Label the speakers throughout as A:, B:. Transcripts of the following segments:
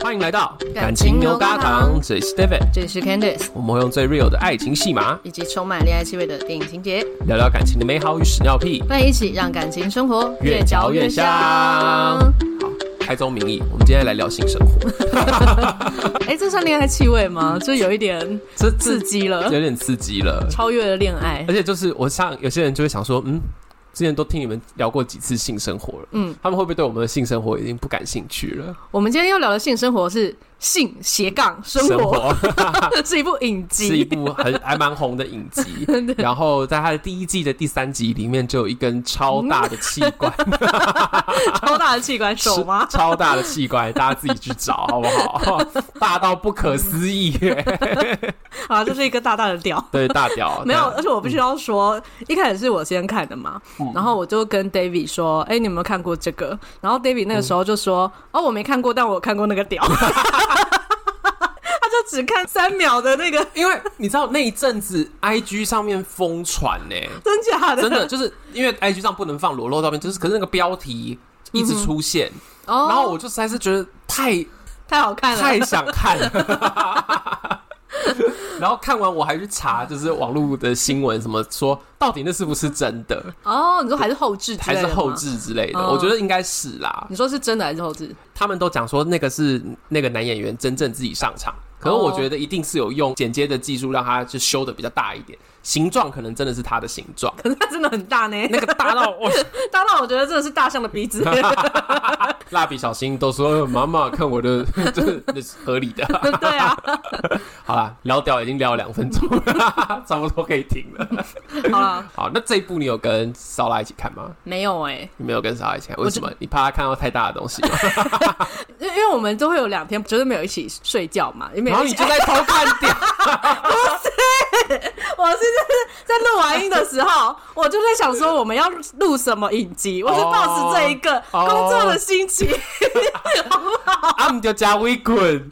A: 欢迎来到
B: 感情牛轧糖
A: 这里是 David，
B: 这里是 Candice，
A: 我们会用最 real 的爱情戏码
B: 以及充满恋爱气味的电影情节，
A: 聊聊感情的美好与屎尿屁，
B: 那一起让感情生活
A: 好，开宗明义，我们今天来聊性生 活，
B: 哎、这算恋爱气味吗？就有一点
A: 这
B: 刺激了，
A: 有点刺激了。
B: 超越了恋爱
A: 而。且就是我像有些人就会想说，嗯，之前都听你们聊过几次性生活了，
B: 嗯，
A: 他们会不会对我们的性生活已经不感兴趣了？
B: 我们今天要聊的性生活是性斜杠生活，是一部影集，
A: 是一部很还蛮红的影 集，然后在它的第一季的第三集里面，就有一根超大的器官，
B: 超大的器官手吗？
A: 是 超大的器官，大家自己去找好不好？ 大到不可思 议，
B: 啊，这是一个大大的屌。
A: 对，大 屌
B: 没有，而且我必
A: 嗯
B: 须要说，一开始是我先看的嘛，然后我就跟 David 说：“哎、你有没有看过这个？”然后 David
A: 嗯
B: 那个时候就说：“哦，我没看过，但我看过那 个屌。”他就只看三秒的那个，
A: 因为你知道那一阵子 I G 上面疯传呢、
B: 真假的？
A: 真的就是因为 I G 上不能放裸露照片，就是可是那个标题一直出现，
B: 哦，
A: 然后我就实在是觉得太
B: 太好看
A: 太
B: 了，
A: 想看了。 然后看完我还去查，就是网络的新闻，什么说到底那是不是真的，
B: 哦，你说还是后置，
A: 还是后？置之类的？嗯
B: 哦
A: 我觉得应该是啦。
B: 你说是真的还是 后置？
A: 他们都讲说那个是那个男演员真正自己上场，可是我
B: 哦
A: 觉得一定是有用剪接的技术让他就修的比较大一点，形状可能真的是他的形状，
B: 可是它真的很大呢，
A: 那个大到我
B: 大到我觉得真的是大象的鼻子，
A: 蜡笔小新都说妈妈看我的， 这那是合理的。
B: 对啊，
A: 好啦，聊屌已经聊了两分钟 了，差不多可以停了。
B: 好了，
A: 好，那这一部你有跟骚拉一起看吗？
B: 没有哎、
A: 你没有跟骚拉一起看，为
B: 我
A: 什
B: 就
A: 么？你怕他看到太大的东西吗？
B: 因为因为我们都会有两天绝对没有一起睡觉嘛， 因为没
A: 然后
B: 有一
A: 你
B: 起
A: 就在偷看屌，
B: 我是就是在录完音的时候，我就在想说我们要录什么影集，我是抱持这一个
A: 哦
B: 工作的 心情，
A: 啊，你就加微滚，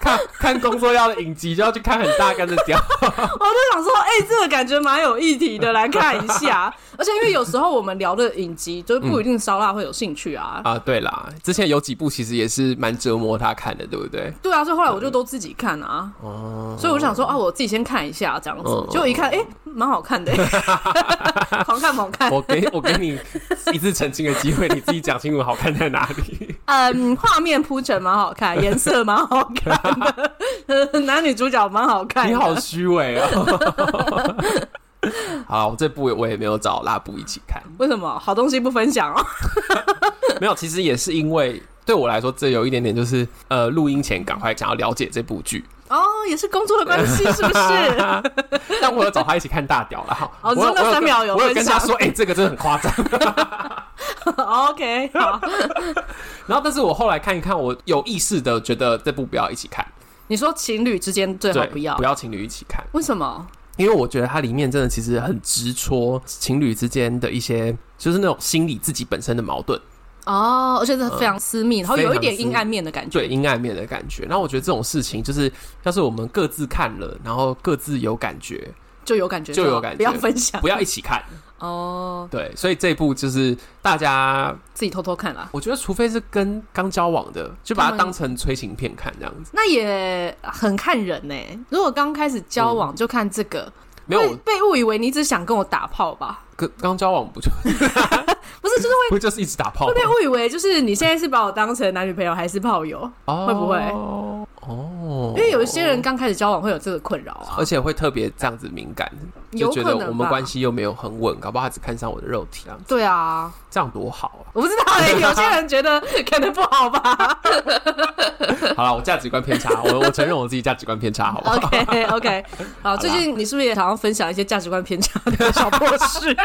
A: 看 看工作要的影集就要去看很大根的屌。
B: 我就想说，哎、这个感觉蛮有议题的，来看一 下。而且因为有时候我们聊的影集，就是不一定烧腊会有兴趣啊。
A: 啊，对啦，之前有几部其实也是蛮折磨他看的，对不 对？
B: 对啊，所以后来我就都自己看啊，
A: 哦，
B: 所以我想说啊，我自己先看一下这样子
A: 嗯，
B: 结果一看，哎、蛮 好看的、狂看猛看。
A: 我给我给你一次澄清的机会，你自己讲清楚好看在哪 里。
B: 嗯，画面铺陈蛮好看，颜色蛮好看 的，男女主角蛮好看的。
A: 你好虚伪哦。 好，我这部我也没有找拉布一起看，
B: 为什么好东西不分享哦？
A: 没有，其实也是因为对我来说，这有一点点就是呃，录音前赶快想要了解这部剧，
B: 哦，也是工作的关系，是不是？
A: 但我有找他一起看大屌啦。
B: 哦
A: 我有
B: 真的
A: 我有
B: 三
A: 跟
B: 秒有
A: 我有
B: 分
A: 跟他
B: 享
A: 说，哎、这个真的很夸张。
B: OK，好，
A: 然后，但是我后来看一看，我有意识的觉得这部不要一起看，
B: 你说情侣之间最好
A: 对
B: 不要，
A: 不要情侣一起看。
B: 为什么？
A: 因为我觉得它里面真的其实很直戳情侣之间的一些，就是那种心理自己本身的矛盾，
B: 哦，而且是非常私密，然后有一点
A: 呃非常私密
B: 阴暗面的感觉。
A: 对阴暗面的感觉。然后我觉得这种事情，就是要是我们各自看了，然后各自有感觉，
B: 就有感觉，
A: 就有感觉
B: 不要分享
A: 不要一起看。
B: 哦，
A: 对，所以这一部就是大家，
B: 自己偷偷看啦。
A: 我觉得除非是跟刚交往的，就把
B: 他
A: 它
B: 们
A: 当成催情片看这样子。
B: 那也很看人呢、如果刚开始交往就看这个，
A: 嗯没有
B: 会被误以为你只想跟我打炮吧？
A: 跟刚交往不就
B: 不是，就是
A: 不就是一直打炮
B: 会
A: 吗
B: 会？被误以为就是你现在是把我当成男女朋友还是炮友？
A: 哦
B: 会不会
A: 哦，
B: 因为有一些人刚开始交往会有这个困扰啊
A: 而，且会特别这样子敏感，就
B: 有
A: 觉
B: 可
A: 得
B: 能
A: 我们
B: 吧
A: 关系又没有很稳，搞不好他只看上我的肉体啊，
B: 对啊，
A: 这样多好
B: 我不知道、欸，有些人觉 得可能不好吧。
A: 啊！ 好了，我价值观偏差，我我承认我自己价值观偏差，好不 好？
B: OK OK，好，最近你是不是也常常分享一些价值观偏差的小破 事？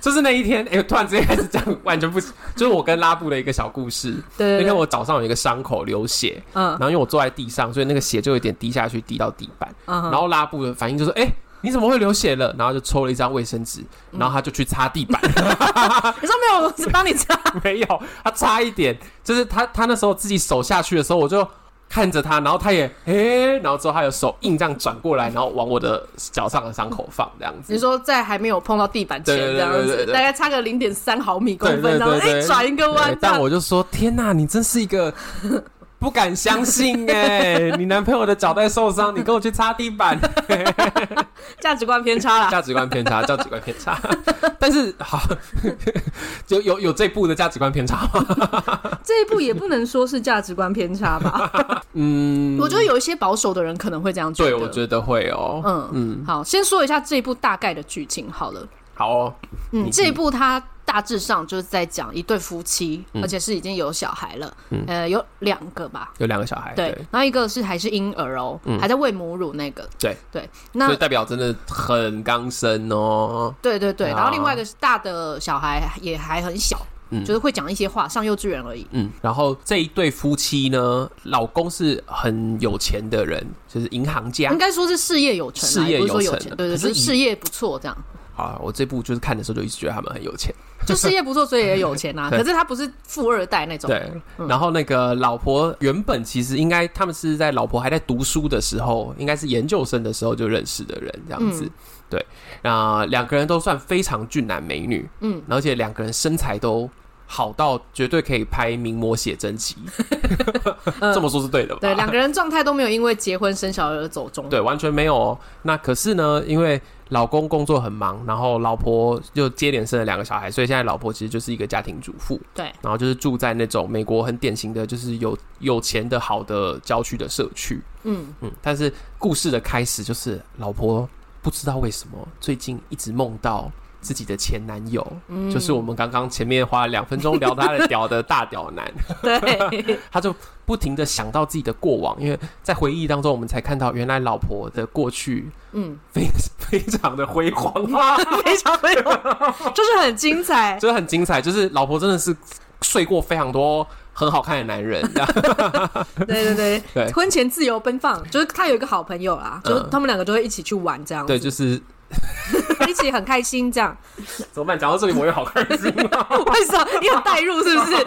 A: 就是那一天，哎、突然之间开始讲，完全不，就是我跟拉布的一个小故事。
B: 对
A: 那
B: 对
A: 天
B: 对，
A: 我早上有一个伤口流血，
B: 嗯
A: 然后因为我坐在地上，所以那个血就有点滴下去，滴到地板。
B: 嗯
A: 然
B: 哼，
A: 后拉布的反应就说：“哎、你怎么会流血了？”然后就抽了一张卫生纸，然后他就去擦地板。
B: 你说没 有，我只帮你擦。
A: 没有，他差一点，就是他他那时候自己手下去的时候，我就看着他，然后他也诶，然后之后他有手硬这样转过来，然后往我的脚上的伤口放这样子。
B: 你说在还没有碰到地板前
A: 对对
B: 这样
A: 对对
B: 子，
A: 对
B: 大概差个零点三毫米公
A: 对对
B: 分，然后
A: 对对
B: 哎转一个弯
A: 对，
B: 这
A: 但
B: 样
A: 我就说天哪，你真是一个不敢相信哎、你男朋友的脚带受伤，你跟我去擦地板，
B: 价值观 偏差啦。
A: 价值观偏差，价值观偏差。但是好，有有有这步的价值观偏差吗？
B: 这一步也不能说是价值观偏差吧？嗯，我觉得有一些保守的人可能会这样觉得。
A: 对，我觉得会哦、
B: 嗯嗯，好，先说一下这一部大概的剧情好了。
A: 好哦，
B: 嗯，这一部它大致上就是在讲一对夫妻，
A: 嗯
B: 而且是已经有小孩了，呃，有两个吧。
A: 有两个小孩，嗯
B: 对
A: 哎对，嗯
B: 然后一个是还是婴儿哦，还在喂母乳那个。
A: 对
B: 对，
A: 所
B: 那
A: 以代表真的很刚生哦。
B: 对对对，
A: 啊
B: 然后另外一个是大的小孩也还很小，就是会讲一些话，上幼稚园而已。
A: 嗯，然后这一对夫妻呢，老公是很有钱的人，就是银行家
B: 应。该说是事业有成啊，
A: 事业
B: 也不是说
A: 有
B: 有
A: 成
B: 钱，对对，
A: 可是
B: 就是
A: 以
B: 事业不错这样。
A: 好啊，我这部就是看的时候就一直觉得他们很有钱。
B: 就事业不错，所以也有钱 啊。
A: 对
B: 可是他不是富二代那种，
A: 对，然后那个老婆原本其实应该他们是在老婆还在读书的时候，应该是研究生的时候就认识的人，这样
B: 嗯
A: 子。对，那、两个人都算非常俊男美女，嗯，而且两个人身材都好到绝对可以拍名模写真 集， 这么说是对的吧？
B: 嗯对，两个人状态都没有因为结婚生小孩而走中。
A: 对，完全没有、哦。那可是呢，因为老公工作很忙，然后老婆就接连生了两个小孩，所以现在老婆其实就是一个家庭主妇。
B: 对，
A: 然后就是住在那种美国很典型的，就是有有钱的好的郊区的社区。
B: 嗯，
A: 嗯，但是故事的开始就是老婆不知道为什么最近一直梦到。自己的前男友，
B: 嗯
A: 就是我们刚刚前面花了两分钟聊他的屌的大屌男，
B: 对，
A: 他就不停的想到自己的过往，因为在回忆当中，我们才看到原来老婆的过去
B: 嗯，
A: 非非常的辉煌啊，
B: 非常非常，就是很精彩。
A: 就是很精彩，就是老婆真的是睡过非常多很好看的男 人，这样
B: 对对对，
A: 对嗯
B: 婚前自由奔放，就是他有一个好朋友啦，就是他们两个就会一起去玩这样子，
A: 对，就是
B: 一起很开心这样。
A: 怎么办？讲到这里我也好开心啊，
B: 为什么你有代入是不是？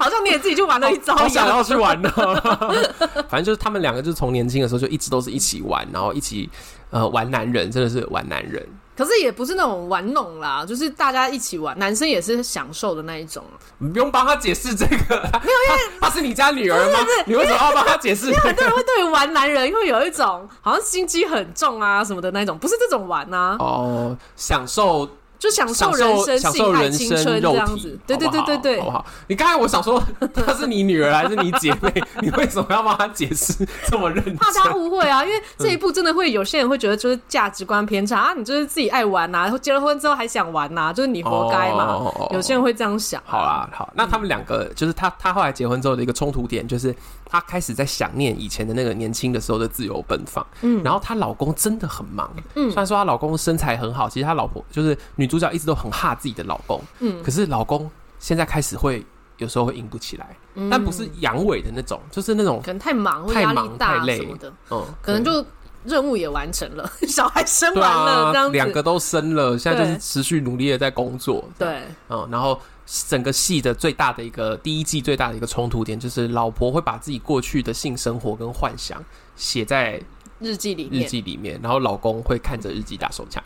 B: 好像你也自己去玩了一招
A: 好
B: 一
A: 想
B: 样。
A: 要去玩呢、哦 反正就是他们两个，就是从年轻的时候就一直都是一起玩，然后一起呃玩男人，真的是玩男人。
B: 可是也不是那种玩弄啦，就是大家一起玩，男生也是享受的那一种。
A: 你不用帮他解释这个，没有，因为她是你家女儿吗？你为什么要帮他解释？
B: 很多人会 对于玩男人会有一种好像心机很重啊什么的那种，不是这种玩啊，
A: 哦，享受
B: 就享受
A: 享
B: 人
A: 受
B: 生、
A: 享
B: 性
A: 受
B: 爱、
A: 人
B: 青
A: 生
B: 春这
A: 肉
B: 样
A: 体
B: 子，。对对
A: 好不
B: 对
A: 好
B: 对对
A: 好不，好？你刚才我想说， 她是你女儿还是你姐妹？你为什么要帮她解释 这么认真？
B: 怕他误会啊，因为这一步真的会有些人会觉得就是价值观偏差啊，你就是自己爱玩啊，结了婚之后还想玩呐、就是你活该嘛。
A: 哦哦哦哦
B: 有些人会这样想，啊
A: 好啦，好，那他们两个就是他，他后来结婚之后的一个冲突点，就是他开始在想念以前的那个年轻的时候的自由奔放。嗯，然后她老公真的很忙。嗯，虽然说她老公身材很好，其实她老婆就是女主角一直都很怕自己的老公。嗯，可是老公现在开始会有时候会硬不起来，但不是阳痿的那种，就是那种
B: 嗯可能太忙或
A: 太
B: 压力
A: 忙
B: 大
A: 太累
B: 什么的，
A: 嗯，
B: 可能
A: 对
B: 就任务也完成 了，小孩生
A: 对
B: 完了、这
A: 啊，
B: 样
A: 两
B: 子。
A: 个都生了，现在就是
B: 对
A: 持续努力的在工作。这样，
B: 对，
A: 嗯，然后整个戏的最大的一个第一季最大的一个冲突点，就是老婆会把自己过去的性生活跟幻想写在
B: 日记里
A: 日
B: 面，
A: 记里面，然后老公会看着日记打手枪。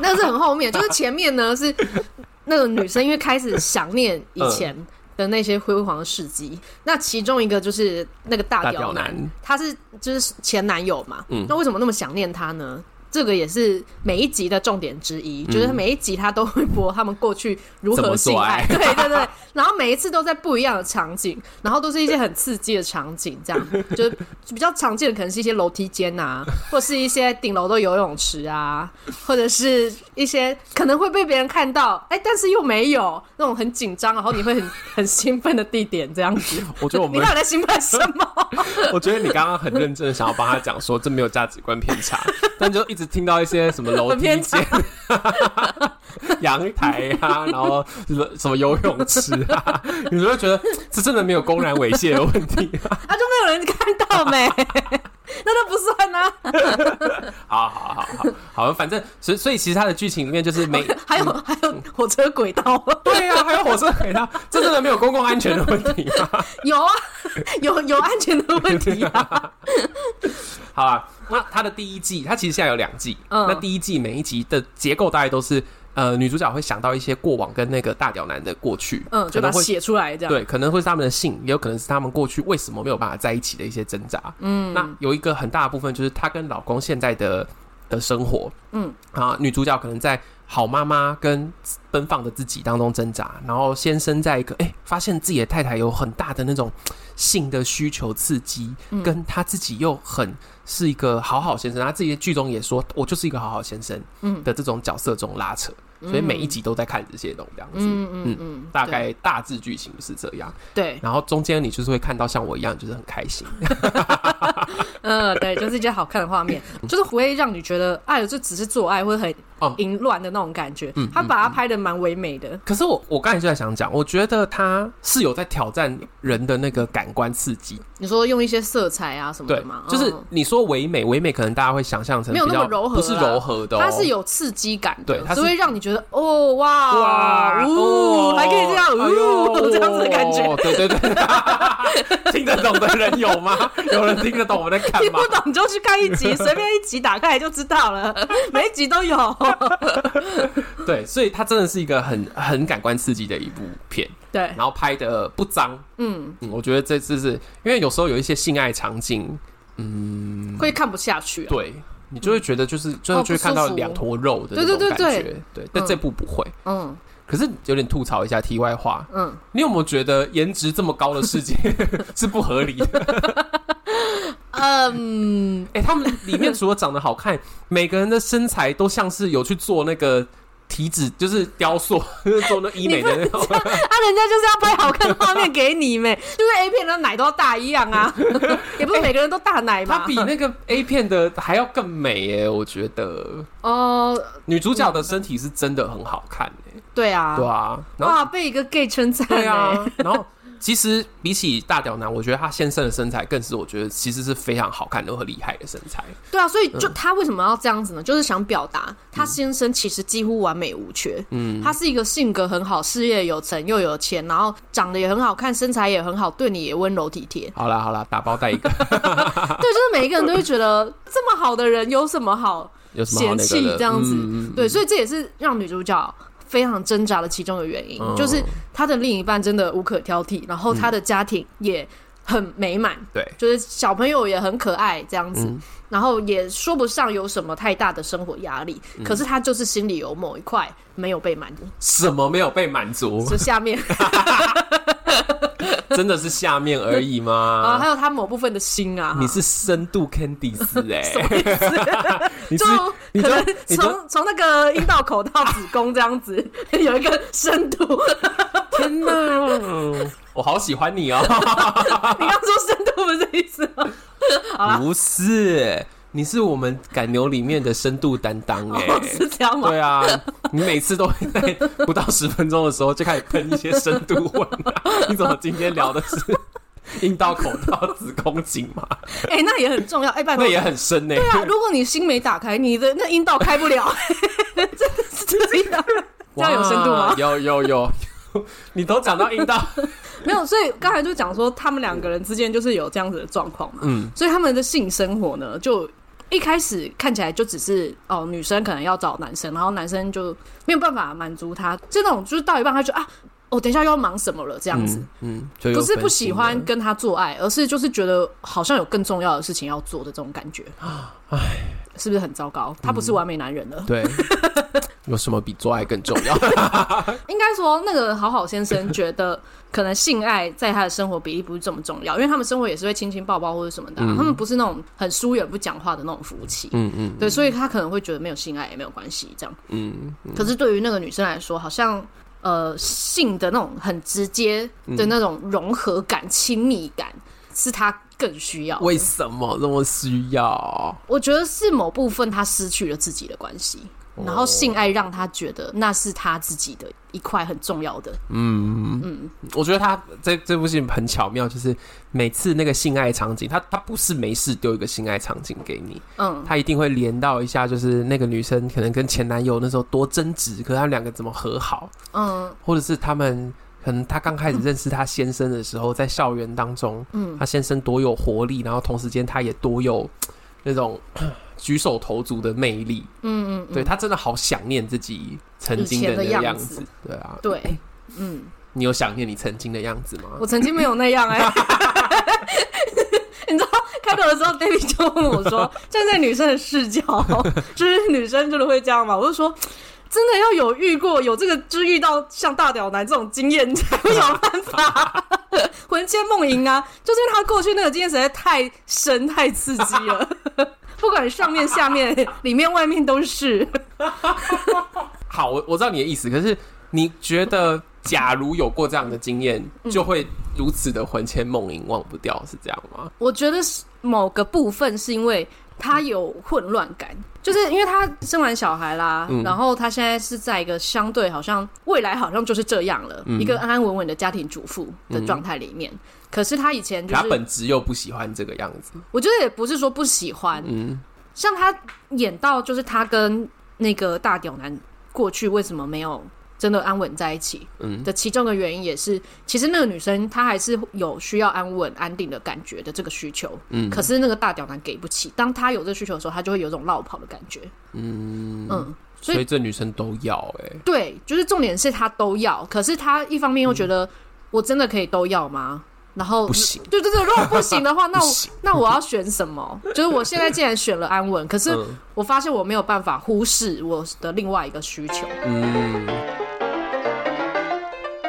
B: 那个是很后面，就是前面 呢是那个女生因为开始想念以前
A: 嗯
B: 的那些辉煌的事迹，那其中一个就是那个大
A: 大屌
B: 屌男
A: 男，
B: 他是就是前男友嘛，
A: 嗯
B: 那为什么那么想念他呢？这个也是每一集的重点之一，
A: 嗯
B: 就是每一集他都会播他们过去如
A: 怎么
B: 何
A: 做
B: 性爱
A: 爱，
B: 对对对，然后每一次都在不一样的场景，然后都是一些很刺激的场景，这样就是比较常见的可能是一些楼梯间啊，或是一些顶楼的游泳池啊，或者是一些可能会被别人看到，哎、但是又没有那种很紧张，然后你会很很兴奋的地点这样子。
A: 我觉得我
B: 你
A: 们
B: 到，底在兴奋什么？
A: 我觉得你刚刚很认真的想要帮他讲说，这没有价值观偏差，但就一直听到一些什么楼
B: 很
A: 梯
B: 偏
A: 间、 阳台啊，然后什么游泳池啊，你就会觉得这真的没有公然猥亵的问题。
B: 啊，就没有人看到没？ 那都不算啊。
A: 好好好好好，反正所以所以其实它的剧情里面就是每
B: 还有还有火车轨 道，
A: 对啊，还有火车轨道，这真的没有公共安全的问题吗？
B: 有啊，有有安全的问题啊。
A: 好啊，那它的第一季，它其实现在有两季，
B: 嗯
A: 那第一季每一集的结构大概都是。呃，女主角会想到一些过往跟那个大屌男的过去，
B: 嗯，
A: 可
B: 就
A: 能
B: 把它
A: 会
B: 写出来这样。
A: 对，可能会是他们的性，也有可能是他们过去为什么没有办法在一起的一些挣扎。嗯，那有一个很大的部分就是她跟老公现在的的生活。
B: 嗯，
A: 啊，女主角可能在好妈妈跟奔放的自己当中挣扎，然后先生在一个哎、发现自己的太太有很大的那种性的需求刺激，
B: 嗯
A: 跟他自己又很是一个好好先生，他自己的剧中也说我就是一个好好先生，
B: 嗯
A: 的这种角色中拉扯，所以每一集都在看这些东西，这样子。
B: 嗯嗯嗯，
A: 大概大致剧情是这样，
B: 对，
A: 然后中间你就是会看到像我一样，就是很开心。
B: 嗯、对，就是一些好看的画面，就是不会让你觉得哎呦，这只是做爱会很
A: 嗯哦嗯
B: 淫乱的那种感觉。他把它拍的蛮唯美的，
A: 可是我我刚才就在想讲，我觉得他是有在挑战人的那个感官刺激，
B: 你说用一些色彩啊什么
A: 对
B: 的嘛，，
A: 就是
B: 嗯
A: 你说唯美，唯美可能大家会想象成
B: 没有
A: 比
B: 那
A: 较
B: 么柔和
A: 不是
B: 啦
A: 柔和的、哦，
B: 它是有刺激感的，
A: 对它是
B: 只会让你觉得哦哇
A: 哇
B: 呜、
A: 哦
B: 还可以这样
A: 哎
B: 呜、
A: 呦
B: 这样子的感觉，
A: 对对 对，听得懂的人有吗？有人听得懂我在干
B: 听
A: 嘛
B: 不？懂你就去看一集，随便一集打开就知道 了，每一集都有。
A: 对，所以它真的是一个很很感官刺激的一部片。
B: 对，
A: 然后拍的不脏。嗯我觉得这次是因为有时候有一些性爱场景，嗯
B: 会看不下去、啊。
A: 对你就会觉得就是真
B: 哦
A: 的
B: 不
A: 就会看到
B: 舒服
A: 两坨肉的
B: 对
A: 那种
B: 对
A: 感觉。
B: 对
A: 对但这部不会。
B: 嗯
A: 可是有点吐槽一下题外话，
B: 嗯，
A: 你有没有觉得颜值这么高的世界 是不合理的？
B: 嗯，
A: 哎、他们里面除了长得好看， 每个人的身材都像是有去做那个。体脂就是雕塑， 就是做那医美的那种，
B: 啊，人家就是要拍好看的画面给你 没，就是 A 片的奶都要大一样 啊，也不是每个人都大奶
A: 它
B: 嘛。
A: 比那个 A 片的还要更美耶、我觉得
B: 哦、
A: 女主角的身体是真的很好看耶、
B: 对啊，
A: 对啊，然后
B: 哇，被一个 gay 称赞、欸，
A: 对啊，然后其实比起大屌男，我觉得他先生的身材更是我觉得其实是非常好看又很厉害的身材。。
B: 对啊，所以就他为什么要这样子呢？就是想表达他先生其实几乎完美无缺，嗯，他是一个性格很好、事业有成又有钱，然后长得也很好看，身材也很好，对你也温柔体贴
A: 好啦好啦，打包带 一个，
B: 对，就是每一个人都会觉得这么好的人有什么好
A: 有什么好
B: 嫌
A: 那个
B: 弃
A: 的？
B: 这样子？
A: 嗯
B: 对，所以这也是让女主角。非常挣扎的其中的原因，
A: 嗯
B: 就是她的另一半真的无可挑剔，然后她的家庭也很美满，
A: 对，
B: 就是小朋友也很可爱这样子，
A: 嗯
B: 然后也说不上有什么太大的生活压力，
A: 嗯
B: 可是他就是心里有某一块没有被满足，
A: 什么没有被满足？
B: 就 下面
A: 真的是下面而已
B: 啊，
A: 吗？
B: 还有他某部分的心啊，
A: 你是深度 Candice 哎、
B: 什么意思？
A: 你是你
B: 就
A: 知道
B: 可能
A: 你知道
B: 从从那个阴道口到子宫这样子， 有一个深度。
A: 天哪， 嗯我好喜欢你哦、
B: 你刚说深度不是这意思吗？啊
A: 不是，你是我们赶牛里面的深度担当哎、
B: 哦 是这样吗？
A: 对啊，你每次都会在不到十分钟的时候就开始喷一些深度文、啊。 你怎么今天聊的是阴道口到子宫颈嘛？
B: 哎、那也很重要。哎、拜托
A: 那，也很深呢、
B: 对啊，如果你心没打开，你的那阴道开不了， 真的是这 样。这
A: 哇
B: 样有深度吗？
A: 有有有， 你都讲到阴 道，
B: 没有，所以刚才就讲说他们两个人之间就是有这样子的状况嘛，
A: 嗯，
B: 所以他们的性生活呢，就一开始看起来就只是哦，女生可能要找男生，然后男生就没有办法满足她，就那种就是到一半他就啊，我、等一下又要忙什么了这样子，
A: 嗯嗯，就有
B: 不是
A: 分
B: 不喜
A: 心了
B: 欢跟他做爱，而是就是觉得好像有更重要的事情要做的这种 感觉，唉，是不是很糟糕？他不是完美男人了，
A: 对。 有什么比做爱更重 要？
B: 应该说，那个好好先生觉得，可能性爱在他的生活比例不是这么重要，因为他们生活也是会亲亲抱抱或者什么的啊、他们不是那种很疏远不讲话的那种夫妻。
A: 嗯嗯
B: 对，所以他可能会觉得没有性爱也没有关系，这样。
A: 嗯，
B: 可是对于那个女生来说，好像呃性的那种很直接的
A: 嗯
B: 那种融合感、亲密感，是她更需要的。
A: 为什么那么需要？
B: 我觉得是某部分她失去了自己的关系。然后性爱让他觉得那是他自己的一块很重要的。
A: 嗯
B: 嗯，
A: 我觉得他这这部戏很巧妙，就是每次那个性爱场景，他他不是没事丢一个性爱场景给你，
B: 嗯，
A: 他一定会连到一下，就是那个女生可能跟前男友那时候多争执，可是他们两个怎么和好，
B: 嗯
A: 或者是他们可能他刚开始认识他先生的时候，在校园当中，
B: 嗯
A: 他先生多有活力，然后同时间他也多有那种 举手投足的魅力，
B: 嗯嗯，
A: 对他真的好想念自己曾经的那
B: 以
A: 个
B: 前的
A: 样
B: 样
A: 子
B: 子，
A: 对啊，
B: 对，嗯，
A: 你有想念你曾经的样子吗？
B: 我曾经没有那样哎、你知道开头的时候，David 就问我说：“站在女生的视角，就是女生真的会这样吗？”我就说：“真的要有遇过，有这个，就是遇到像大屌男这种经验，你才会有办法魂牵梦萦啊！就是因为他过去那个经验实在太深、太刺激了，不管上面、下面、里面、外面都是。
A: 好，我我知道你的意思，可是你觉得，假如有过这样的经验，
B: 嗯
A: 就会如此的魂牵梦萦，忘不掉，是这样吗？
B: 我觉得是某个部分是因为他有混乱感，就是因为他生完小孩啦，
A: 嗯
B: 然后他现在是在一个相对好像未来好像就是这样了，
A: 嗯
B: 一个安安稳稳的家庭主妇的状态里面。可是他以前就
A: 可他
B: 是，
A: 本质又不喜欢这个样子，
B: 我觉得也不是说不喜欢，
A: 嗯
B: 像他演到就是他跟那个大屌男过去为什么没有真的安稳在一起，
A: 嗯
B: 的其中一个原因也是，其实那个女生她还是有需要安稳、安定的感觉的这个需求，
A: 嗯
B: 可是那个大屌男给不起。当她有这个需求的时候，她就会有种落跑的感觉，
A: 嗯，
B: 嗯，所
A: 所
B: 以
A: 以这女生都要哎、
B: 对，就是重点是她都要，可是她一方面又觉得我真的可以都要吗？然后
A: 不行，
B: 对对对，如果不行的话，那
A: 不
B: 我
A: 行
B: 那我要选什么？就是我现在既然选了安稳，可是
A: 嗯
B: 我发现我没有办法忽视我的另外一个需求。
A: 嗯，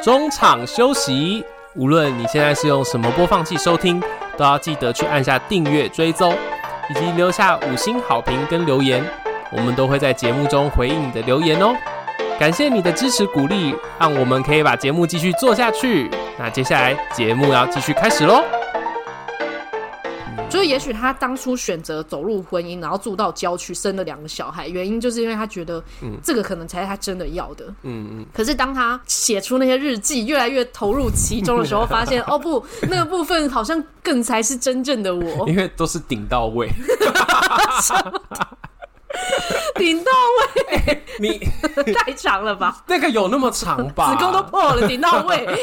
A: 中场休息。无论你现在是用什么播放器收听，都要记得去按下订阅追踪，以及留下五星好评跟留言，我们都会在节目中回应你的留言哦。感谢你的支持鼓励，让我们可以把节目继续做下去。那接下来节目要继续开始喽。
B: 就是也许他当初选择走入婚姻，然后住到郊区，生了两个小孩，原因就是因为他觉得
A: 嗯
B: 这个可能才是他真的要的。
A: 嗯嗯，
B: 可是当他写出那些日记，越来越投入其中 的时候，发现哦不，那个部分好像更才是真正 的我，
A: 因为都是顶到 位，
B: 顶到
A: 你
B: 位太长了吧，
A: 那个有那么长吧？
B: 子宫都破了，顶到位。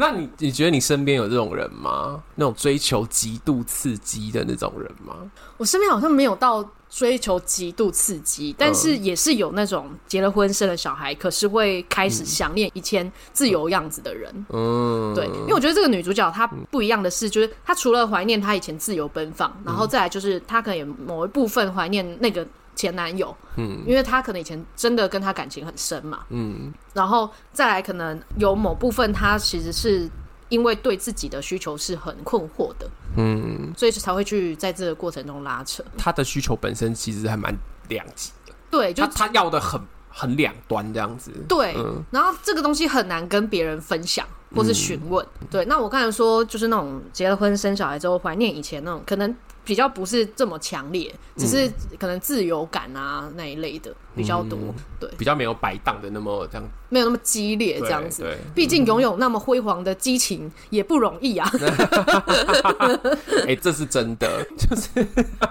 A: 那你你觉得你身边有这种人吗？那种追求极度刺激的那种人吗？
B: 我身边好像没有到追求极度刺激，但是
A: 嗯
B: 也是有那种结了婚生了小孩，可是会开始想念以前自由样子的人。
A: 嗯，
B: 对，因为我觉得这个女主角她不一样的是，就是她除了怀念她以前自由奔放，然后
A: 嗯
B: 再来就是她可能也某一部分怀念那个前男友，
A: 嗯
B: 因为她可能以前真的跟他感情很深嘛，
A: 嗯
B: 然后再来可能有某部分她其实是因为对自己的需求是很困惑的，
A: 嗯，
B: 所以才会去在这个过程中拉扯。
A: 他的需求本身其实还蛮两极的，
B: 对，就
A: 他他要的很很两端这样子。
B: 对，
A: 嗯
B: 然后这个东西很难跟别人分享或是询问。
A: 嗯
B: 对，那我刚才说就是那种结了婚生小孩之后怀念以前那种，可能比较不是这么强烈，只是
A: 嗯
B: 可能自由感啊那一类的比较多，对，
A: 比较没有摆荡的那么这样，
B: 没有那么激烈
A: 对
B: 这样子。
A: 对，
B: 毕竟拥有那么辉煌的激情也不容易
A: 嗯
B: 啊！
A: 哎、这是真的， 就是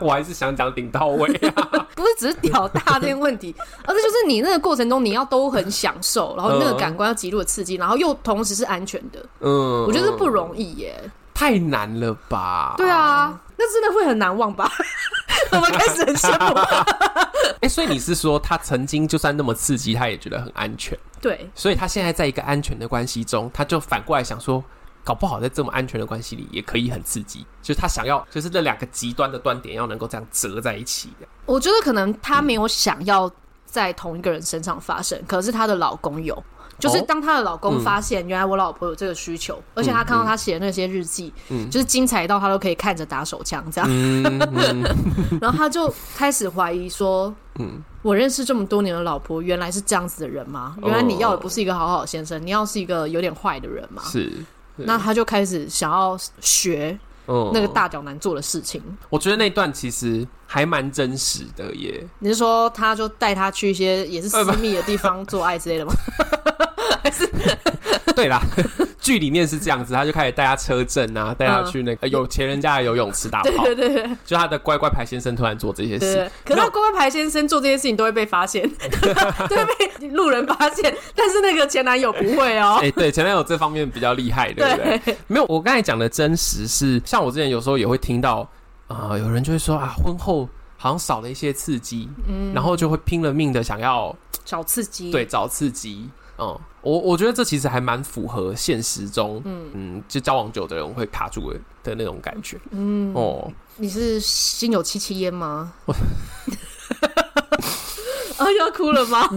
A: 我还是想讲顶到位、
B: 不是只是屌大这个问 题，而是就是你那个过程中你要都很享受，然后那个
A: 嗯
B: 感官要极度的刺激，然后又同时是安全的，
A: 嗯，
B: 我觉得不
A: 嗯
B: 容易耶。
A: 太难了吧？
B: 对啊， 那真的会很难忘 吧？我们开始很羡 慕。
A: 哎、所以你是说他曾经就算那么刺激，他也觉得很安全？
B: 对，
A: 所以他现在在一个安全的关系中，他就反过来想说，搞不好在这么安全的关系里也可以很刺激，就是他想要，就是这两个极端的端点要能够这样折在一起的。
B: 我觉得可能她没有想要在同一个人身上发生，可是她的老公有。就是
A: 哦
B: 当她的老公发现原来我老婆有这个需求，而且她看到她写的那些日记，就是精彩到她都可以看着打手枪这样，
A: 嗯
B: 然后她就开始怀疑说，我认识这么多年的老婆原来是这样子的人吗？原来你要的不是一个好好先生，你要是一个有点坏的人吗？
A: 是，对
B: 那他就开始想要学
A: 嗯
B: 那个大脚男做的事情。
A: 我觉得那段其实还蛮真实的耶。
B: 你是说他就带他去一些也是私密的地方做爱之类的吗？
A: 对 啦，剧里面是这样子，他就开始带他车震啊，带他
B: 嗯
A: 去那个、呃有钱人家的游泳池打炮
B: 对，对对对对
A: 就他的乖乖牌先生突然做这些事
B: 对。。可是他乖乖牌先生做这件事情 都会被发现，都会被路人发现，但是那个前男友不会哦
A: 哎、。对，前男友这方面比较厉害，对不对？没有，我刚才讲的真实是，像我之前有时候也会听到，啊、有人就会说啊，婚后好像少了一些刺激，嗯，然后就会拼了命的想要
B: 小刺激。
A: 对，找刺激。嗯，我我觉得这其实还蛮符合现实中，嗯就交往久的人会卡住的的那种感觉。嗯，哦，
B: 你是心有戚戚焉吗？ 啊，又要哭了吗？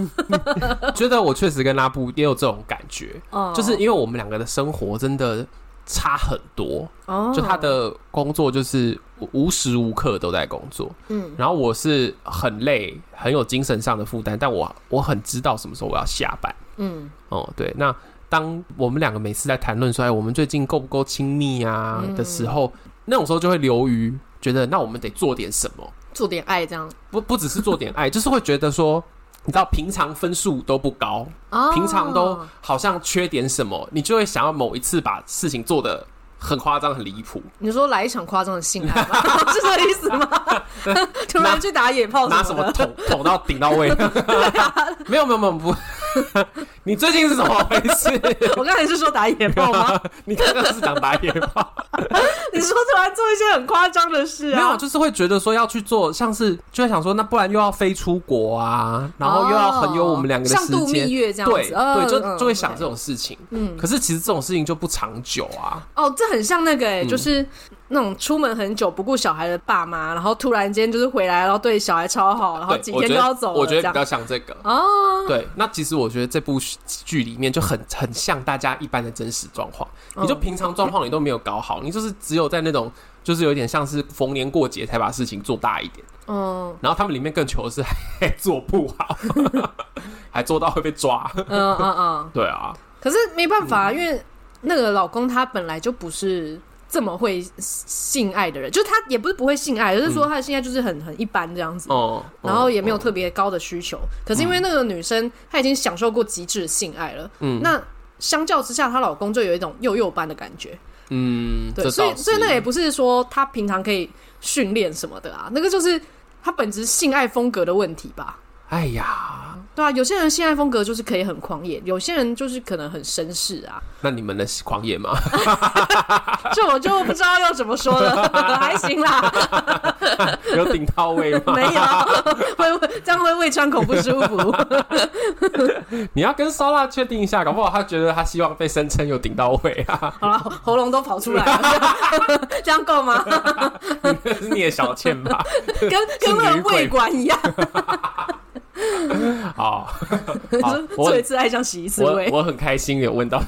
A: 觉得我确实跟拉布也有这种感觉，
B: 哦
A: 嗯就是因为我们两个的生活真的差很多。
B: 哦
A: 就他的工作就是无无时无刻都在工作，
B: 嗯，
A: 然后我是很累，很有精神上的负担，但我我很知道什么时候我要下班。
B: 嗯
A: 哦、对，那当我们两个每次在谈论说，哎，我们最近够不够亲密啊
B: 嗯
A: 的时候，那种时候就会流于觉得，那我们得做点什么，
B: 做点爱这样。
A: 不不只是做点爱， 就是会觉得说。你知道平常分数都不高，
B: 哦
A: 平常都好像缺点什么，你就会想要某一次把事情做得很夸张、很离谱，
B: 你说来一场夸张的性爱 吗？是这个意思吗？突然去打野炮
A: 拿
B: 什
A: 什
B: 么啊
A: 么
B: 的？
A: 捅捅到顶到位？ 没有没有没有不，你最近是怎么回事？
B: 我刚才是说打野 炮吗？
A: 你刚刚是讲打野炮？
B: 你说突然做一些很夸张的事 啊？
A: 没有，就是会觉得说要去做，像是就会想说，那不然又要飞出国啊，然后又要很有我们两个的
B: 哦像
A: 时
B: 度
A: 间
B: 蜜。月这样
A: 对
B: 子，嗯
A: 对，就
B: 嗯
A: 就会想这
B: OK
A: 种事情。
B: 嗯
A: 可是其实这种事情就不长久啊。
B: 哦，这很像那个哎、
A: 嗯
B: 就是那种出门很久不顾小孩的爸妈，然后突然间就是回来，然后对小孩超好，然后
A: 对
B: 几
A: 我
B: 天
A: 觉
B: 就
A: 得
B: 要走了，
A: 我觉得
B: 这
A: 比较
B: 样
A: 像这个。
B: 哦，
A: 对，那其实我觉得这部剧里面就很很像大家一般的真实状况，
B: 嗯
A: 你就平常状况你都没有搞好，你就是只有在那种就是有点像是逢年过节才把事情做大一点，
B: 嗯
A: 然后他们里面更糗的是还 做不好， 还做到会被抓。
B: 嗯嗯嗯，
A: 对啊，
B: 可是没办法，因为那个老公他本来就不是。这么会性爱的人，就是他也不是不会性爱，就是说他的性爱就是很很一般这样子，
A: 哦、
B: 然后也没有
A: 嗯
B: 特别高的需求。可是因为那个女生她已经享受过极致的性爱了，
A: 嗯
B: 那相较之下，她老公就有一种幼幼班的感觉。
A: 嗯，
B: 对，
A: 这
B: 所以
A: 倒是
B: 所以那也不是说他平常可以训练什么的啊，那个就是他本质性爱风格的问题吧。
A: 哎呀，
B: 对啊，有些人性爱风格就是可以很狂野，有些人就是可能很绅士啊。
A: 那你们的狂野吗？
B: 这我就不知道要怎么说了，还行啦，
A: 有顶到位吗？
B: 没有，会会这样会胃穿孔不舒服。
A: 你要跟烧腊确定一下，搞不好他觉得他希望被声称有顶到位啊，
B: 好了，喉咙都跑出来了，这样够吗？
A: 是你的小倩吧？
B: 跟跟那个胃管一样，
A: 好，好
B: 说
A: 我
B: 做一次爱像洗一次
A: 我
B: 胃，
A: 我很开心有问到，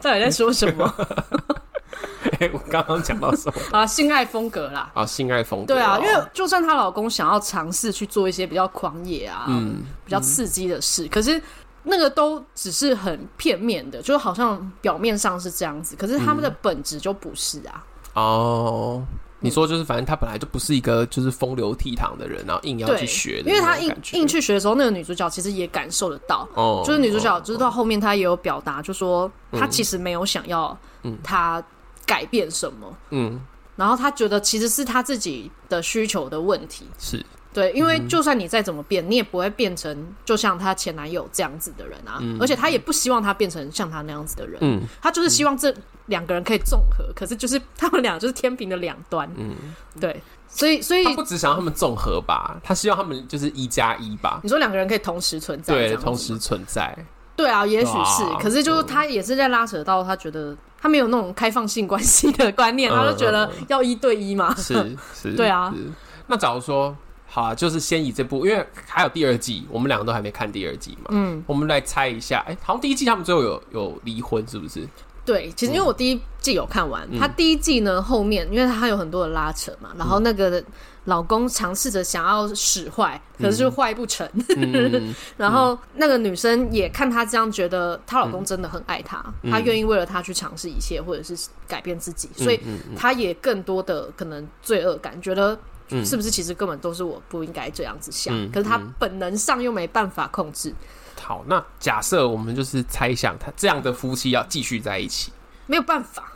B: 到底在说什么
A: 哎， 我刚刚讲到什么？
B: 啊？性爱风格啦，
A: 啊，性爱风格。
B: 对啊，因为就算她老公想要尝试去做一些比较狂野啊、
A: 嗯，
B: 比较刺激的事，可是那个都只是很片面的，就好像表面上是这样子，可是他
A: 嗯
B: 们的本质就不是啊。
A: 哦。你说就是，反正他本来就不是一个就是风流倜傥的人，然后硬要
B: 对
A: 去学，的
B: 因为
A: 那
B: 她
A: 种
B: 硬
A: 感觉，
B: 硬去学的时候，那个女主角其实也感受得到，
A: 哦，
B: 就是女主角
A: 哦
B: 就是到后面她也有表达，就说她其实没有想要
A: 嗯
B: 她改变什么，
A: 嗯
B: 然后她觉得其实是她自己的需求的问题，
A: 是
B: 对，因
A: 嗯
B: 为就算你再怎么变，你也不会变成就像她前男友这样子的人啊，而且她也不希望他变成像他那样子的人，啊
A: 嗯
B: 她就是希望这两个人可以综合，可是就是他们俩就是天平的两端，
A: 嗯，
B: 对，所以所以
A: 他不只想要他们综合吧，他希望他们就是一加一吧，
B: 你说两个人可以同时存在，这
A: 对，
B: 样子
A: 同时存在。
B: 对啊，也许是
A: 哇，
B: 可是就是他也是在拉扯到他觉得他没有那种开放性关系的观念，
A: 嗯
B: 他就觉得要一对一嘛，
A: 是是，
B: 对啊
A: 是。那假如说，好啊，就是先以这部，因为还有第二季，我们两个都还没看第二季嘛。
B: 嗯，
A: 我们来猜一下，哎、好像第一季他们最后有有离婚，是不是？
B: 对，其实因为
A: 嗯
B: 我第一季有看完，他第一季呢后面，因为他有很多的拉扯嘛，然后那个老公尝试着想要使坏，可是就坏不成。
A: 嗯，
B: 然后那个女生也看她这样，觉得她老公真的很爱她，
A: 嗯
B: 她愿意为了她去尝试一切，或者是改变自己，所以她也更多的可能罪恶感，觉得
A: 嗯
B: 是不是其实根本都是我不应该这样子想，
A: 嗯
B: 可是她本能上又没办法控制，
A: 好，那假设我们就是猜想，他这样的夫妻要继续在一起，
B: 没有办法。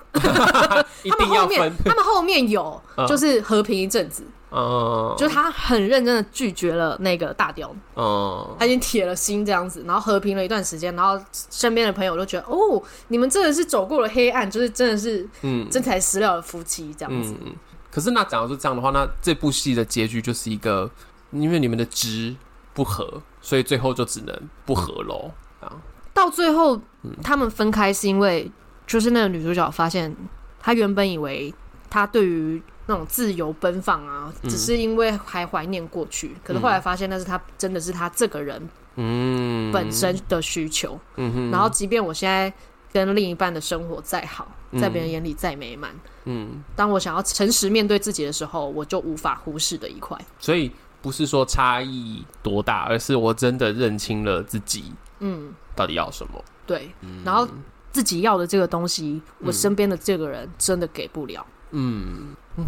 A: 一
B: 他
A: 定
B: 们
A: 要
B: 后
A: 分
B: 面，他们后面有
A: 嗯
B: 就是和平一阵子，
A: 嗯
B: 就是他很认真的拒绝了那个大雕，
A: 嗯，
B: 他已经铁了心这样子，然后和平了一段时间，然后身边的朋友都觉得，哦，你们真的是走过了黑暗，就是真的是
A: 嗯
B: 真材实料的夫妻这样子。
A: 嗯，可是那假如是这样的话，那这部戏的结局就是一个，因为你们的值不合，所以最后就只能不合喽。啊，
B: 到最后，
A: 嗯
B: 他们分开是因为，就是那个女主角发现，她原本以为她对于那种自由奔放啊，
A: 嗯
B: 只是因为还怀念过去，可是后来发现那是她真的是她这个人
A: 嗯，
B: 本身的需求。
A: 嗯哼，
B: 然后，即便我现在跟另一半的生活再好，
A: 嗯
B: 在别人眼里再美满，
A: 嗯，
B: 当我想要诚实面对自己的时候，我就无法忽视的一块。
A: 所以不是说差异多大，而是我真的认清了自己
B: 嗯，
A: 到底要什么。
B: 对。
A: 嗯
B: 然后自己要的这个东西，我身边的这个人真的给不 了。
A: 嗯嗯，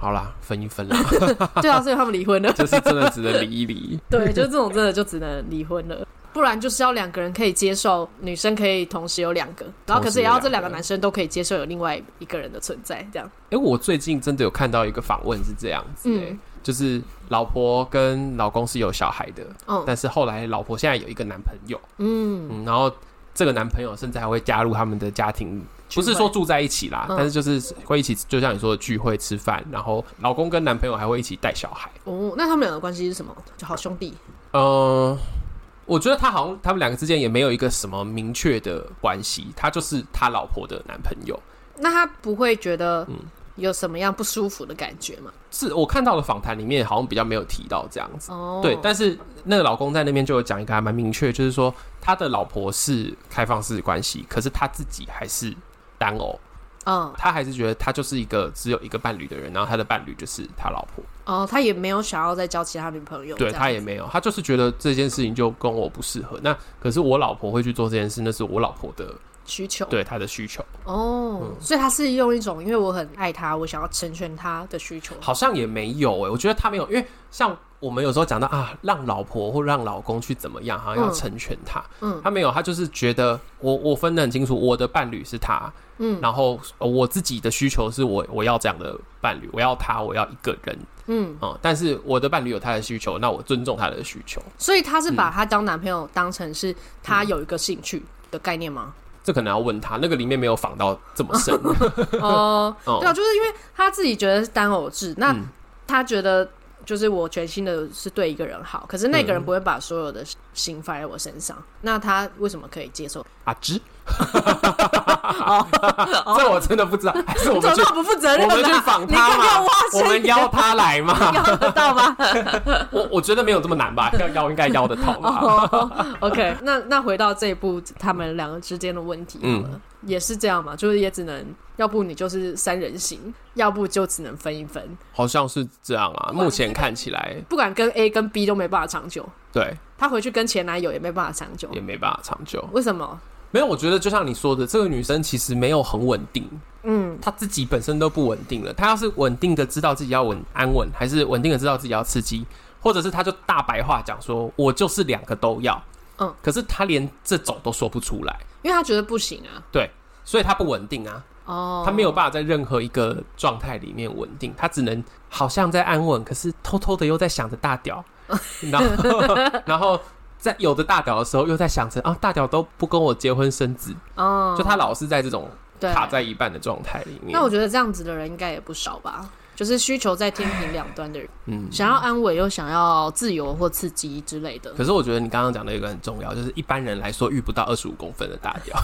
A: 好啦，分一分啦，
B: 对啊，所以他们离婚了。
A: 就是真的只能离一离。
B: 对，就是这种真的就只能离婚了。不然就是要两个人可以接受，女生可以同时有两个，然后可是也要这两个男生都可以接受有另外一个人的存在，这样。
A: 哎、我最近真的有看到一个访问是这样子、欸，
B: 嗯
A: 就是老婆跟老公是有小孩的，
B: 嗯
A: 但是后来老婆现在有一个男朋友，
B: 嗯，
A: 嗯，然后这个男朋友甚至还会加入他们的家庭，
B: 聚
A: 不
B: 会
A: 是说住在一起啦，
B: 嗯
A: 但是就是会一起，就像你说的聚会吃饭，然后老公跟男朋友还会一起带小孩。
B: 哦，那他们两个关系是什么？就好兄弟。
A: 嗯、我觉得他好像他们两个之间也没有一个什么明确的关系，他就是他老婆的男朋友。
B: 那他不会觉得
A: 嗯
B: 有什么样不舒服的感觉吗？
A: 是我看到的访谈里面好像比较没有提到这样子。
B: 哦，
A: 对，但是那个老公在那边就有讲一个还蛮明确，就是说他的老婆是开放式关系，可是他自己还是单偶，
B: 嗯
A: 他还是觉得他就是一个只有一个伴侣的人，然后他的伴侣就是他老婆，
B: 哦，他也没有想要再交其他女朋友，
A: 对
B: 嗯这样
A: 他也没有，他就是觉得这件事情就跟我不适合。那可是我老婆会去做这件事，那是我老婆的
B: 需求，
A: 对嗯她的需求，
B: 哦，所以他是用一种因为我很爱他，我想要成全他的需求，
A: 好像也没有哎、我觉得他没有，因为像我们有时候讲到啊，让老婆或让老公去怎么样，好像要
B: 嗯
A: 成全他，
B: 嗯
A: 他没有，他就是觉得我我分得很清楚，我的伴侣是他，
B: 嗯
A: 然后呃我自己的需求是我我要这样的伴侣，我要他，我要一个人
B: 嗯，
A: 啊、嗯但是我的伴侣有他的需求，那我尊重他的需求。
B: 所以他是把他当男朋友当成是他有一个兴趣的概念吗？
A: 这可能要问他，那个里面没有仿到这么 深。
B: 哦，
A: 哦
B: 对啊，就是因为他自己觉得是单偶制，那
A: 嗯
B: 他觉得。就是我全心的是对一个人好，可是那个
A: 嗯
B: 人不会把所有的心放在我身上，那他为什么可以接受？
A: 阿芝，
B: 哦，
A: 这我真的不知道，还是我
B: 你怎
A: 们
B: 么
A: 去
B: 这么不负责任
A: 我
B: 啊？
A: 们去访
B: 你
A: 他
B: 看看
A: 嘛
B: 我，
A: 我们邀他来 嘛。
B: 要得到吗
A: 我我觉得没有这么难 吧，要邀应该邀得到吧。
B: 哦？OK，那那回到这一步，他们两个之间的问题好
A: 嗯
B: 了，也是这样嘛，就是也只能，要不你就是三人行，要不就只能分一分，
A: 好像是这样啊，目前看起来，
B: 不管跟 A 跟 B 都没办法长久，
A: 对，
B: 她回去跟前男友也没办法长久
A: 也，没办法长久。
B: 为什么？
A: 没有，我觉得就像你说的，这个女生其实没有很稳定，
B: 嗯，
A: 她自己本身都不稳定了。她要是稳定的知道自己要稳安稳，还是稳定的知道自己要刺激，或者是她就大白话讲说，我就是两个都要。
B: 嗯，
A: 可是她连这种都说不出来，
B: 因为她觉得不行啊，
A: 所以她不稳定啊，
B: 哦，
A: 她没有办法在任何一个状态里面稳定，她只能好像在安稳，可是偷偷的又在想着大 屌，然后然后在有的大屌的时候又在想着啊，大屌都不跟我结婚生子，
B: 哦，
A: 就她老是在这种
B: 对
A: 卡在一半的状态里面。
B: 那我觉得这样子的人应该也不少吧。就是需求在天平两端的人，
A: 嗯，
B: 想要安稳又想要自由或刺激之类的。
A: 可是我觉得你刚刚讲的一个很重要，就是一般人来说遇不到二十五公分的大 屌，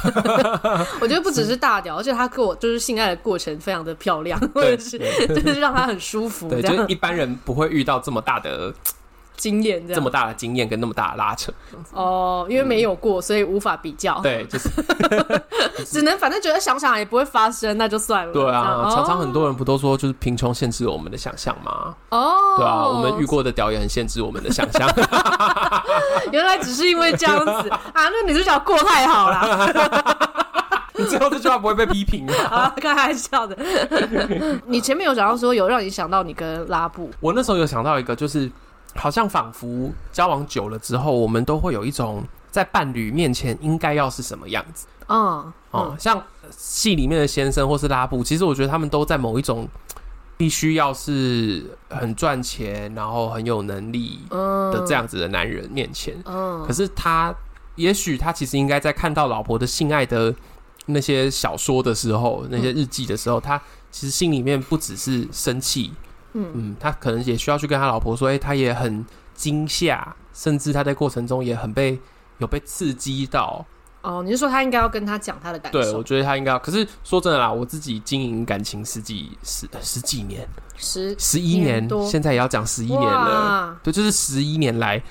B: 我觉得不只是大屌，而且他给我就是性爱的过程非常的漂亮，或
A: 嗯对
B: 者是就是让他很舒服
A: 对，
B: 这
A: 就
B: 样
A: 是。一般人不会遇到这么大的
B: 经验这样
A: 这么大的经验跟那么大的拉扯，
B: 哦，因为没有过，所以无法比较，
A: 对，就是
B: 只能反正觉得想想也不会发生，那就算了。
A: 对
B: 这样
A: 啊，
B: 哦
A: 常常很多人不都说就是贫穷限制了我们的想象吗？
B: 哦，
A: 对啊，我们遇过的屌也很限制我们的想象，
B: 原来只是因为这样子啊，那女主角过太好了，
A: 你知道这句话不会被批评吗？
B: 啊，开玩笑的。 你前面有讲到说有让你想到你跟拉布，
A: 我那时候有想到一个，就是好像仿佛交往久了之后，我们都会有一种在伴侣面前应该要是什么样子
B: 嗯，
A: 哦、像戏里面的先生或是拉布，其实我觉得他们都在某一种必须要是很赚钱，然后很有能力
B: 嗯
A: 的这，样子的男人面前。
B: 嗯
A: 可是他，也许他其实应该在看到老婆的性爱的那些小说的时候，那
B: 嗯
A: 些日记的时候，他其实心里面不只是生气，
B: 嗯
A: 嗯，他可能也需要去跟他老婆说，哎、他也很惊吓，甚至他在过程中也很被有被刺激到。
B: 哦，你是说他应该要跟他讲他的感
A: 对，我
B: 受？
A: 觉得他应该要。可是说真的啦，我自己经营感情十几十十几年，
B: 十
A: 十一
B: 年
A: 年，
B: 多
A: 现在也要讲十一年了。
B: 哇！
A: 对，就是十一年来，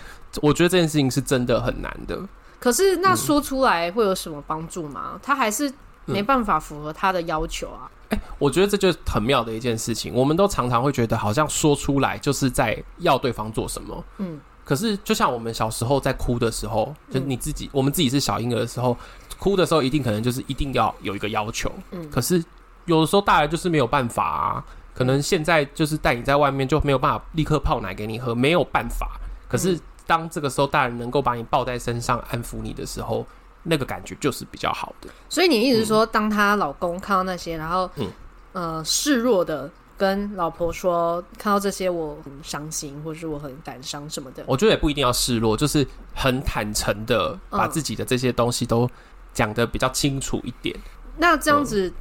A: 我觉得这件事情是真的很难的。
B: 可是那说出来会有什么帮助吗？他还是没办法符合他的要求啊。
A: 我觉得这就是很妙的一件事情。我们都常常会觉得，好像说出来就是在要对方做什么。
B: 嗯，
A: 可是就像我们小时候在哭的时候，就你自己，我们自己是小婴儿的时候，哭的时候一定可能就是一定要有一个要求。
B: 嗯
A: 可是有的时候大人就是没有办法啊，可能现在就是带你在外面就没有办法立刻泡奶给你喝，没有办法。可
B: 嗯
A: 是当这个时候大人能够把你抱在身上安抚你的时候，那个感觉就是比较好的。
B: 所以你一直说，当她老公看到那些，然后、
A: 嗯
B: 呃示弱的跟老婆说，看到这些我很伤心，或是我很感伤什么的。
A: 我觉得也不一定要示弱，就是很坦诚的把自己的这些东西都讲的比较清楚一点。
B: 那这样子，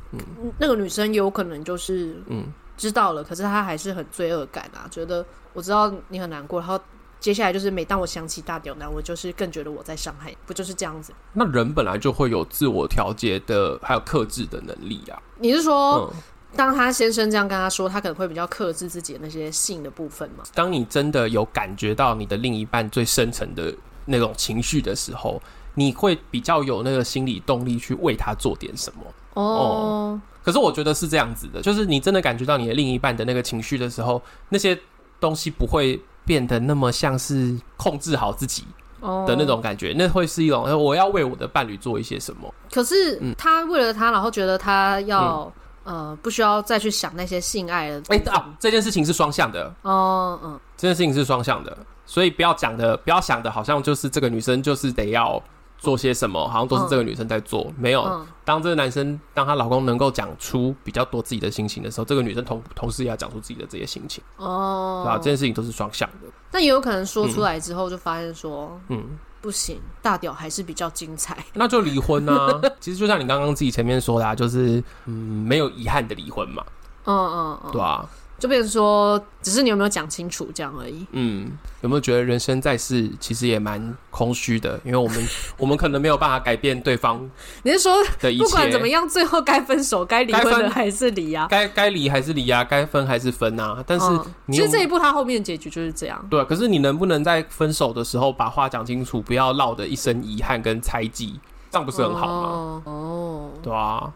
B: 那个女生有可能就是嗯知道了，可是她还是很罪恶感啊，觉得我知道你很难过，然后接下来就是每当我想起大屌男，我就是更觉得我在伤害你，不就是这样子？
A: 那人本来就会有自我调节的，还有克制的能力啊。
B: 你是说，
A: 嗯，
B: 当她先生这样跟她说，她可能会比较克制自己的那些性的部分嘛？
A: 当你真的有感觉到你的另一半最深层的那种情绪的时候，你会比较有那个心理动力去为他做点什么。哦
B: 哦，
A: 可是我觉得是这样子的，就是你真的感觉到你的另一半的那个情绪的时候，那些东西不会变得那么像是控制好自己
B: 哦
A: 的那种感觉，那会是一种呃我要为我的伴侣做一些什么。
B: 可是
A: 嗯
B: 她为了他，然后觉得她要、呃不需要再去想那些性爱的部
A: 哎、
B: 分。
A: 啊，这件事情是双向的，
B: 哦，嗯，
A: 这件事情是双向的，所以不要讲的，不要想的好像就是这个女生就是得要做些什么，好像都是这个女生在做。没有，
B: 嗯，
A: 当这个男生当她老公能够讲出比较多自己的心情的时候，这个女生同同时也要讲出自己的这些心情，
B: 哦，
A: 对吧、啊这件事情都是双向的。
B: 那也有可能说出来之后就发现说、
A: 嗯，
B: 不行，大屌还是比较精彩。
A: 那就离婚 啊。其实就像你刚刚自己前面说的、啊，就是嗯，没有遗憾的离婚嘛，
B: 嗯嗯嗯，
A: 对啊吧、
B: 就变成说，只是你有没有讲清楚这样而已。
A: 嗯，有没有觉得人生在世其实也蛮空虚的？因为我 们我们可能没有办法改变对方
B: 你是说
A: 的一切，
B: 不管怎么样，最后该分手、该离婚
A: 该
B: 的
A: 分
B: 还是离啊？
A: 该该离还是离啊，该分还是分啊。但是
B: 嗯
A: 你
B: 其
A: 有、
B: 实这一步他后面的结局就是这样。
A: 对啊，可是你能不能在分手的时候把话讲清楚，不要落得一身遗憾跟猜忌，这样不是很好吗？
B: 哦哦，
A: 对啊，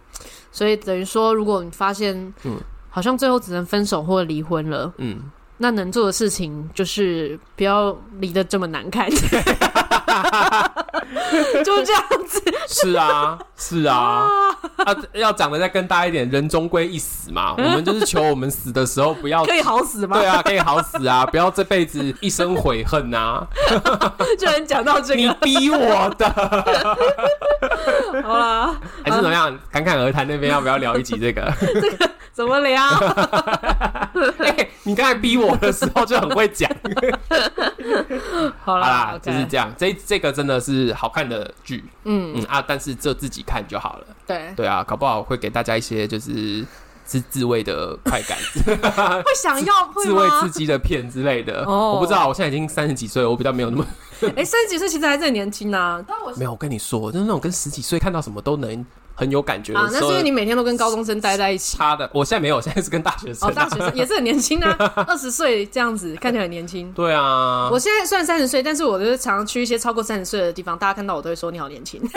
B: 所以等于说，如果你发现，
A: 嗯
B: 好像最后只能分手或离婚了，
A: 嗯，
B: 那能做的事情就是不要离得这么 难看，就这样子。
A: 是啊，是 啊，啊，要讲的再更大一点，人终归一死嘛。我们就是求我们死的时候不要。
B: 嗯 可以好死吗？
A: 对啊，可以好死啊！不要这辈子一生悔恨啊！
B: 居然讲到这
A: 你
B: 个，
A: 逼我的，
B: 好啦，
A: 还是怎么样？侃侃而谈那边要不要聊一集这 个？
B: 怎么 聊？
A: 哎你刚才逼我的时候就很会讲。
B: 好
A: 好啦
B: 啦，
A: 就是这样。这这个真的是好看的剧，
B: 嗯，
A: 嗯啊，但是就自己看就好了。
B: 对，
A: 对啊，搞不好会给大家一些就是自自慰的快感，
B: 会想要 会
A: 自慰刺
B: 吗？
A: 激的片之类的。
B: 哦
A: 我不知道，我现在已经三十几岁了，我比较没有那么
B: 哎，三十几岁其实还是很年轻啊。但我
A: 没有。我跟你说，就是那种跟十几岁看到什么都能很有感觉的
B: 啊，那
A: 时
B: 是
A: 候
B: 因为，你每天都跟高中生待 在一起。
A: 差的我现在没有，我现在是跟大学生啊。
B: 哦，大学生也是很年轻啊，二十岁这样子看起来很年轻。
A: 对啊，
B: 我现在虽然三十岁，但是我就是常常去一些超过三十岁的地方，大家看到我都会说你好年轻。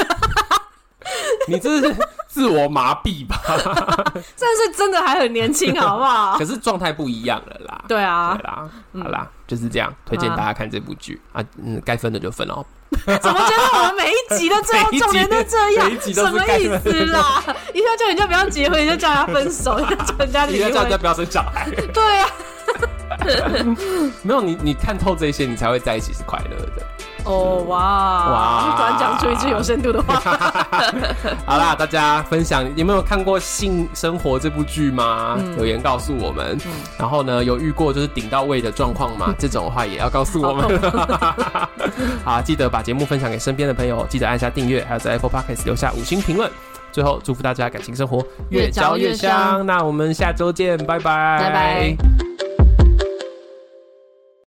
A: 你这是自我麻痹吧？
B: 但是真的还很年轻，好不 好？
A: 可是状态不一样了啦。
B: 对啊
A: 对，啦，好啦，就是这样，推荐大家看这部剧啊，嗯，该分的就分哦。
B: 怎么觉得我们每一集的最后重点都这
A: 每一
B: 样？
A: 集
B: 什么意
A: 每一集都是干
B: 思 啦？一下叫人家不要结婚，一下叫人家分手，一下叫人 家
A: 你
B: 离
A: 要叫人家
B: 婚，
A: 不要生小孩，
B: 对啊。
A: 没有你，你看透这些，你才会在一起是快乐 的。
B: 哦哇
A: 哇
B: 突然讲出一句有深度的话。
A: 好啦，大家分享有没有看过《性生活》这部剧吗？留言告诉我们。然后呢，有遇过就是顶到位的状况 吗？这种的话也要告诉 我们。好，记得把节目分享给身边的朋友，记得按下订阅，还有在 Apple Podcast 留下五星评论。最后，祝福大家感情生活
B: 越嚼越香
A: 那我们下周见，拜拜，
B: 拜拜。